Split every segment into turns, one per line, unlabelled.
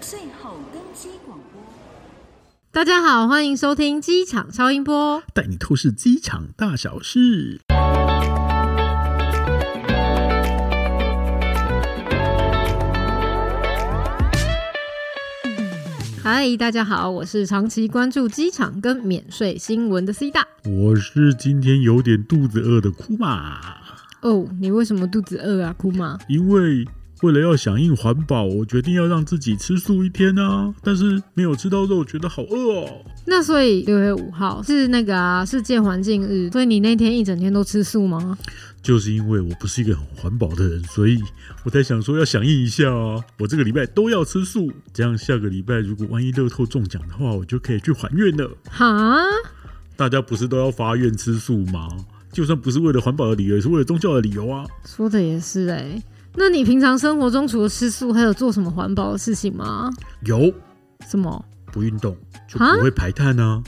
最后登机广播。
大家好，欢迎收听机场超音波。
带你透视机场大小事。
嗨，大家好，我是长期关注机场跟免税新闻的 C 大。
我是今天有点肚子饿的库玛，
哦，你为什么肚子饿啊，姑妈？
因为为了要响应环保，我决定要让自己吃素一天啊，但是没有吃到肉，觉得好饿哦。
那所以六月五号是那个啊世界环境日，所以你那天一整天都吃素吗？
就是因为我不是一个很环保的人，所以我才想说要响应一下啊！我这个礼拜都要吃素，这样下个礼拜如果万一乐透中奖的话，我就可以去还愿了。
哈，
大家不是都要发愿吃素吗？就算不是为了环保的理由，也是为了宗教的理由啊。
说的也是哎、那你平常生活中除了吃素，还有做什么环保的事情吗？
有
什么？
不运动就
啊
不会排碳啊。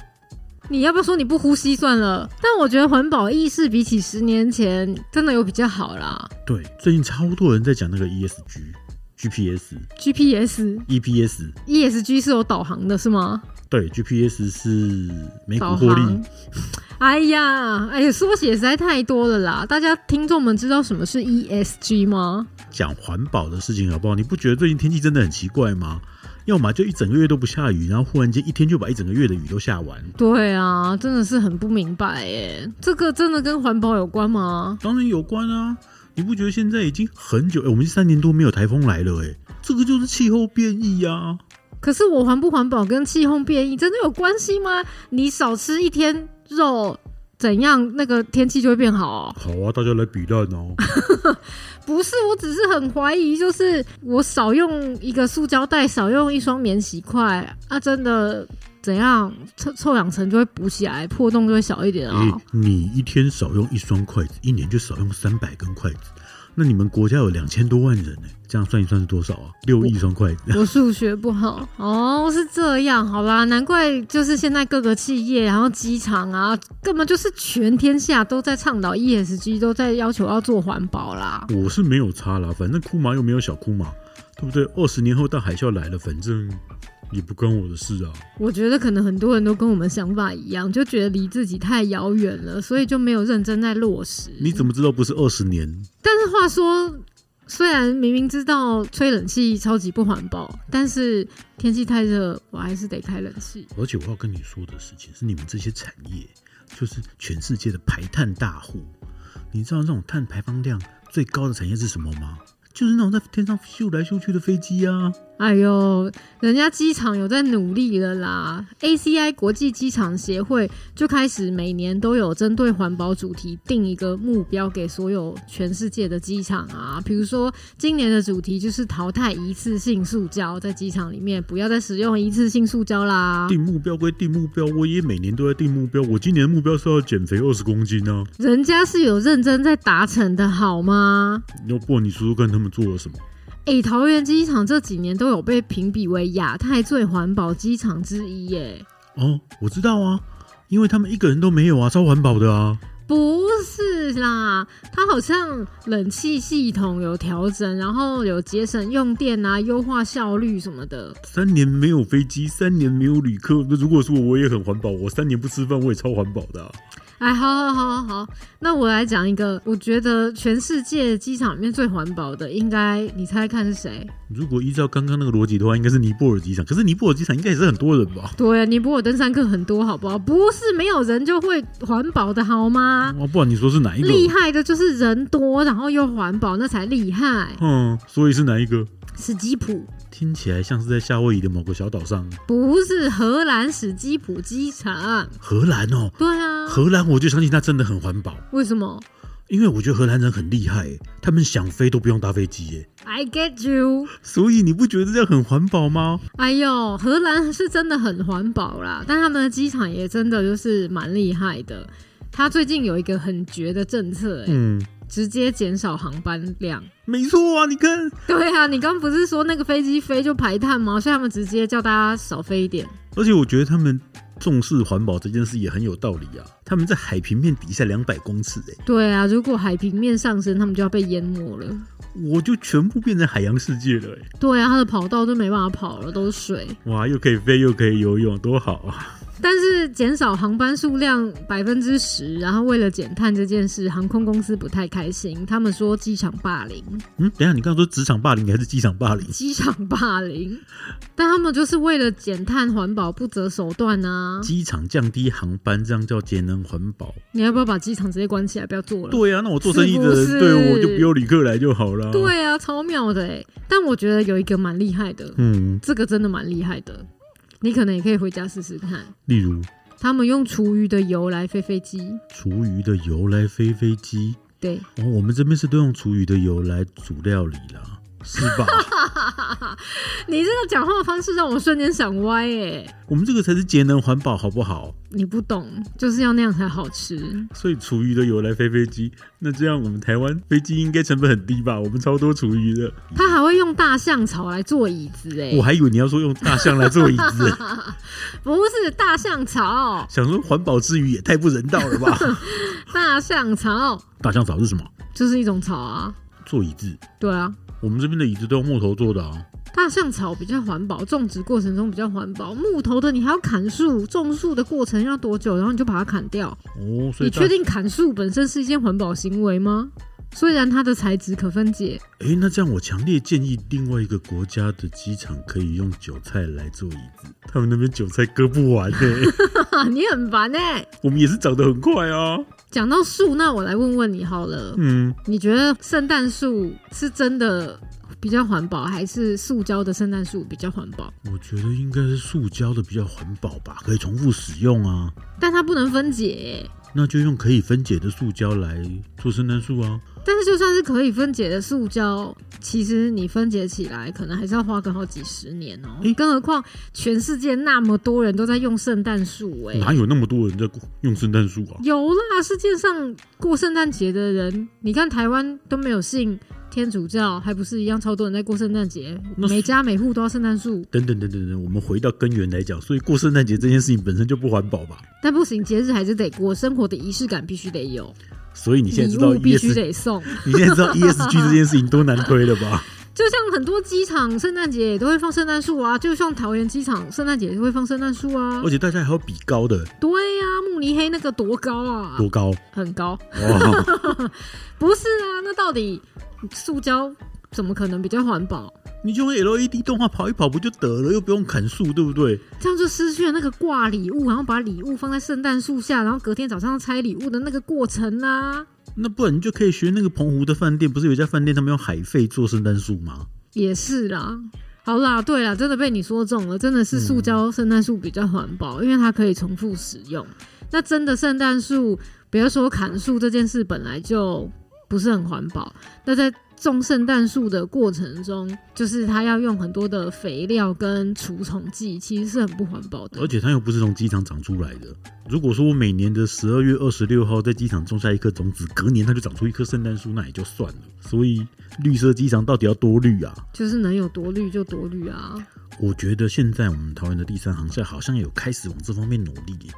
你要不要说你不呼吸算了？但我觉得环保意识比起十年前真的有比较好啦。
对，最近超多人在讲那个 E ESG、GPS、
GPS、
EPS。
ESG E 是有导航的，是吗？
E 对，GPS 是美股
导
获
航
利。。
哎呀，哎呀，缩写实在太多了啦！大家听众们知道什么是 ESG 吗？
讲环保的事情好不好？你不觉得最近天气真的很奇怪吗？要么就一整个月都不下雨，然后忽然间一天就把一整个月的雨都下完。
对啊，真的是很不明白耶，这个真的跟环保有关吗？
当然有关啊！你不觉得现在已经很久？哎、我们三年多没有台风来了、哎，这个就是气候变异啊！
可是我环不环保跟气候变异真的有关系吗？你少吃一天肉，怎样那个天气就会变好、哦
好啊，大家来比烂哦！
不是，我只是很怀疑，就是我少用一个塑胶袋，少用一双免洗筷啊，真的怎样臭臭氧层就会补起来，破洞就会小一点啊、
哎、你一天少用一双筷子，一年就少用三百根筷子。那你们国家有两千多万人呢、这样算一算是多少啊？六亿双筷子。
我数学不好哦，是这样，好啦，难怪就是现在各个企业，然后机场啊，根本就是全天下都在倡导 ESG，都在要求要做环保啦。
我是没有差啦，反正库马又没有小库马，对不对？二十年后大海啸来了，反正也不关我的事啊。
我觉得可能很多人都跟我们想法一样，就觉得离自己太遥远了，所以就没有认真在落实。
你怎么知道不是二十年？
但是话说，虽然明明知道吹冷气超级不环保，但是天气太热，我还是得开冷气。
而且我要跟你说的事情是，你们这些产业就是全世界的排碳大户。你知道那种碳排放量最高的产业是什么吗？就是那种在天上咻来咻去的飞机啊。
哎呦，人家机场有在努力了啦！ACI 国际机场协会就开始每年都有针对环保主题定一个目标给所有全世界的机场啊。比如说今年的主题就是淘汰一次性塑胶，在机场里面不要再使用一次性塑胶啦。
定目标归定目标，我也每年都在定目标。我今年的目标是要减肥二十公斤啊。
人家是有认真在达成的好吗？
要哦不然你说说看他们做了什么？
诶，哎桃园机场这几年都有被评比为亚太最环保机场之一耶。
哦，我知道啊，因为他们一个人都没有啊，超环保的啊。
不是啦，它好像冷气系统有调整，然后有节省用电啊，优化效率什么的。
三年没有飞机，三年没有旅客。那如果说我也很环保，我三年不吃饭，我也超环保的、啊。
哎，好好好好好，那我来讲一个，我觉得全世界机场里面最环保的，应该你猜看是谁？
如果依照刚刚那个逻辑的话，应该是尼泊尔机场。可是尼泊尔机场应该也是很多人吧？
对，啊尼泊尔登山客很多，好不好？不是没有人就会环保的好吗？
哦，不然你说是哪一个？
啊厉害的就是人多，然后又环保，那才厉害。
嗯，所以是哪一个？
史基普
听起来像是在夏威夷的某个小岛上，
不是荷兰史基普机场，
荷兰哦。
对啊，
荷兰，我就相信它真的很环保，
为什么
因为我觉得荷兰人很厉害耶，他们想飞都不用搭飞机耶。
？I get you。
所以你不觉得这样很环保吗？
哎呦，荷兰是真的很环保啦，但他们的机场也真的就是蛮厉害的。他最近有一个很绝的政策、欸，
嗯，
直接减少航班量。
没错啊，你看，
对啊，你刚不是说那个飞机飞就排碳吗？所以他们直接叫大家少飞一点。
而且我觉得他们重视环保这件事也很有道理啊。他们在海平面底下两百公尺、欸，
对啊，如果海平面上升，他们就要被淹没了。
我就全部变成海洋世界了、欸，
对啊，它的跑道就没办法跑了，都是水。
哇，又可以飞又可以游泳，多好啊！
但是减少航班数量百分之十，然后为了减碳这件事，航空公司不太开心，他们说机场霸 凌，
嗯，等一下，你刚刚说职场霸凌还是机场霸凌？
机场霸凌，但他们就是为了减碳环保不择手段啊！
机场降低航班，这样叫节能环保？
你要不要把机场直接关起来，不要做了？
对啊，那我做生意
是
的人，
不是
对我就不用旅客来就好了。，
对啊，超妙的哎！但我觉得有一个蛮厉害的，
嗯，
这个真的蛮厉害的，你可能也可以回家试试看。
例如
他们用厨余的油来飞飞机，
厨余的油来飞飞机，
对，
哦，我们这边是都用厨余的油来煮料理啦，是 吧？
你这个讲话的方式让我瞬间想歪哎、
我们这个才是节能环保，好不好？
你不懂，就是要那样才好吃。
所以厨余的油来飞飞机，那这样我们台湾飞机应该成本很低吧？我们超多厨余的，
他还会用大象草来做椅子哎、
我还以为你要说用大象来做椅子，
不是大象草，
想说环保之余也太不人道了吧？
大象草
大象草是什么？
就是一种草啊，
做椅子，
对啊，
我们这边的椅子都用木头做的啊。
大象草比较环保，种植过程中比较环保。木头的你还要砍树，种树的过程要多久？然后你就把它砍掉。
哦，所
你
以
确
大？
定砍树本身是一件环保行为吗？虽然它的材质可分解，
哎、那这样我强烈建议另外一个国家的机场可以用韭菜来做椅子，他们那边韭菜割不完呢、
哈，你很烦哎、
我们也是长得很 快啊。
讲到树，那我来问问你好了，
嗯，
你觉得圣诞树是真的比较环保，还是塑胶的圣诞树比较环保？
我觉得应该是塑胶的比较环保吧，可以重复使用啊。
但它不能分解欸、
那就用可以分解的塑胶来做圣诞树啊。
但是就算是可以分解的塑胶，其实你分解起来可能还是要花个好几十年哦、
诶
更何况全世界那么多人都在用圣诞树哎。
哪有那么多人在用圣诞树啊？
有啦，世界上过圣诞节的人，你看台湾都没有信天主教，还不是一样超多人在过圣诞节？
那是
每家每户都要圣诞树，
等等等等等，我们回到根源来讲，所以过圣诞节这件事情本身就不环保吧。
但不行，节日还是得过，生活的仪式感必须得有，
所以你现在
礼
知道
物必须
ES，
得送。
你现在知道 ESG 这件事情多难推了吧？
就像很多机场圣诞节也都会放圣诞树啊，就像桃园机场圣诞节也会放圣诞树啊
而。且大家还要比高的
对呀、慕尼黑那个多高啊？
多高
很高。
哇！
不是啊，那到底塑胶怎么可能比较环保？
你就用 LED 动画跑一跑不就得了，又不用砍树，对不对？
这样就失去了那个挂礼物，然后把礼物放在圣诞树下，然后隔天早上拆礼物的那个过程啊啦、
那不然你就可以学那个澎湖的饭店，不是有一家饭店他们用海费做圣诞树吗？
也是啦。好啦，对啦，真的被你说中了，真的是塑
嗯
胶圣诞树比较环保，因为它可以重复使用。那真的圣诞树，比如说砍树这件事本来就不是很环保，那在种圣诞树的过程中，就是它要用很多的肥料跟除虫剂，其实是很不环保的
而。且它又不是从机场长出来的。如果说我每年的十二月二十六号在机场种下一颗种子，隔年它就长出一棵圣诞树，那也就算了。所以绿色机场到底要多绿啊？
就是能有多绿就多绿啊。
我觉得现在我们桃园的第三航校好像有开始往这方面努力耶。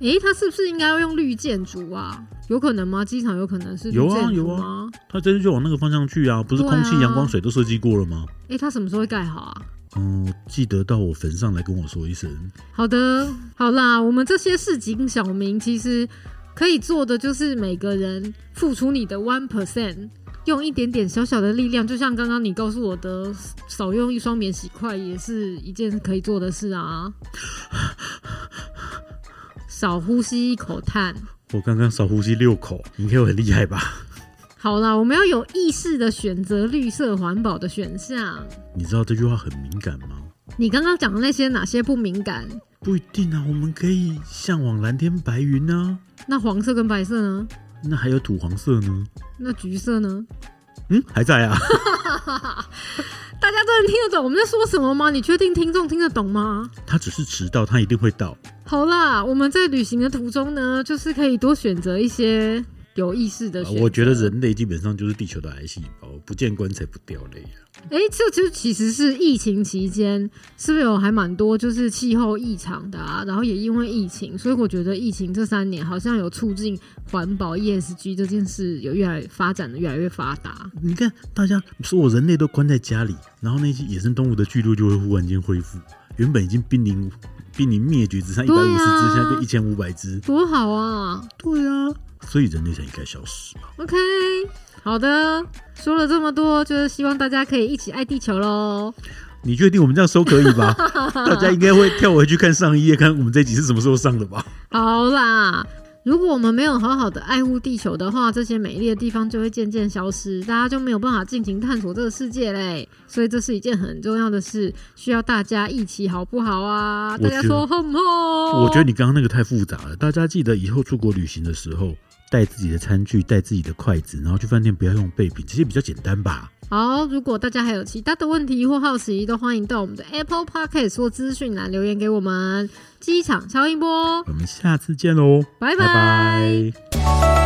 诶，它是不是应该要用绿建筑啊？有可能吗？机场有可能是绿
有啊
建筑
有啊
吗？
它这次就往那个方向去啊，不是
对
空
啊
气、阳光、水都设计过了吗？
诶，它什么时候会盖好啊？
嗯，记得到我坟上来跟我说一声。
好的，好啦，我们这些市井小民其实可以做的就是每个人付出你的 one percent，用一点点小小的力量，就像刚刚你告诉我的，少用一双免洗筷也是一件可以做的事啊。 少呼吸一口碳。
我刚刚少呼吸六口，你看我很厉害吧？
好啦，我们要有意识的选择绿色环保的选项。
你知道这句话很敏感吗？
你刚刚讲的那些哪些不敏感？
不一定啊，我们可以向往蓝天白云啊。
那黄色跟白色呢？
那还有土黄色呢？
那橘色呢？
嗯，还在啊。
大家真的听得懂我们在说什么吗？你确定听众听得懂吗？
他只是迟到，他一定会到。
好啦，我们在旅行的途中呢，就是可以多选择一些有意识的
啊
选择。
我觉得人类基本上就是地球的癌细胞，不见棺材不掉泪啊。
哎、这就其实是疫情期间，是不是有还蛮多就是气候异常的啊？然后也因为疫情，所以我觉得疫情这三年好像有促进环保 ESG 这件事有越来发展的越来越发达。
你看，大家所有人类都关在家里，然后那些野生动物的聚落就会忽然间恢复，原本已经濒临濒临灭绝，只剩一百五
对
十
啊
只，现在变一千五百只。
多好啊
对啊，所以人类才应该消失嘛。
！OK，好的，说了这么多，就是希望大家可以一起爱地球喽。
你确定我们这样收可以吧？大家应该会跳回去看上一页，看我们这集是什么时候上的吧？
好啦，如果我们没有好好的爱护地球的话，这些美丽的地方就会渐渐消失，大家就没有办法尽情探索这个世界嘞。所以这是一件很重要的事，需要大家一起，好不好啊？
我
大
觉
家
得
说好不好？
我觉得你刚刚那个太复杂了，大家记得以后出国旅行的时候。带自己的餐具，带自己的筷子，然后去饭店不要用备品，这些比较简单吧？
好。如果大家还有其他的问题或好奇，都欢迎到我们的 Apple Podcast 或资讯栏留言给我们。机场超音波，
我们下次见喽，
拜
拜拜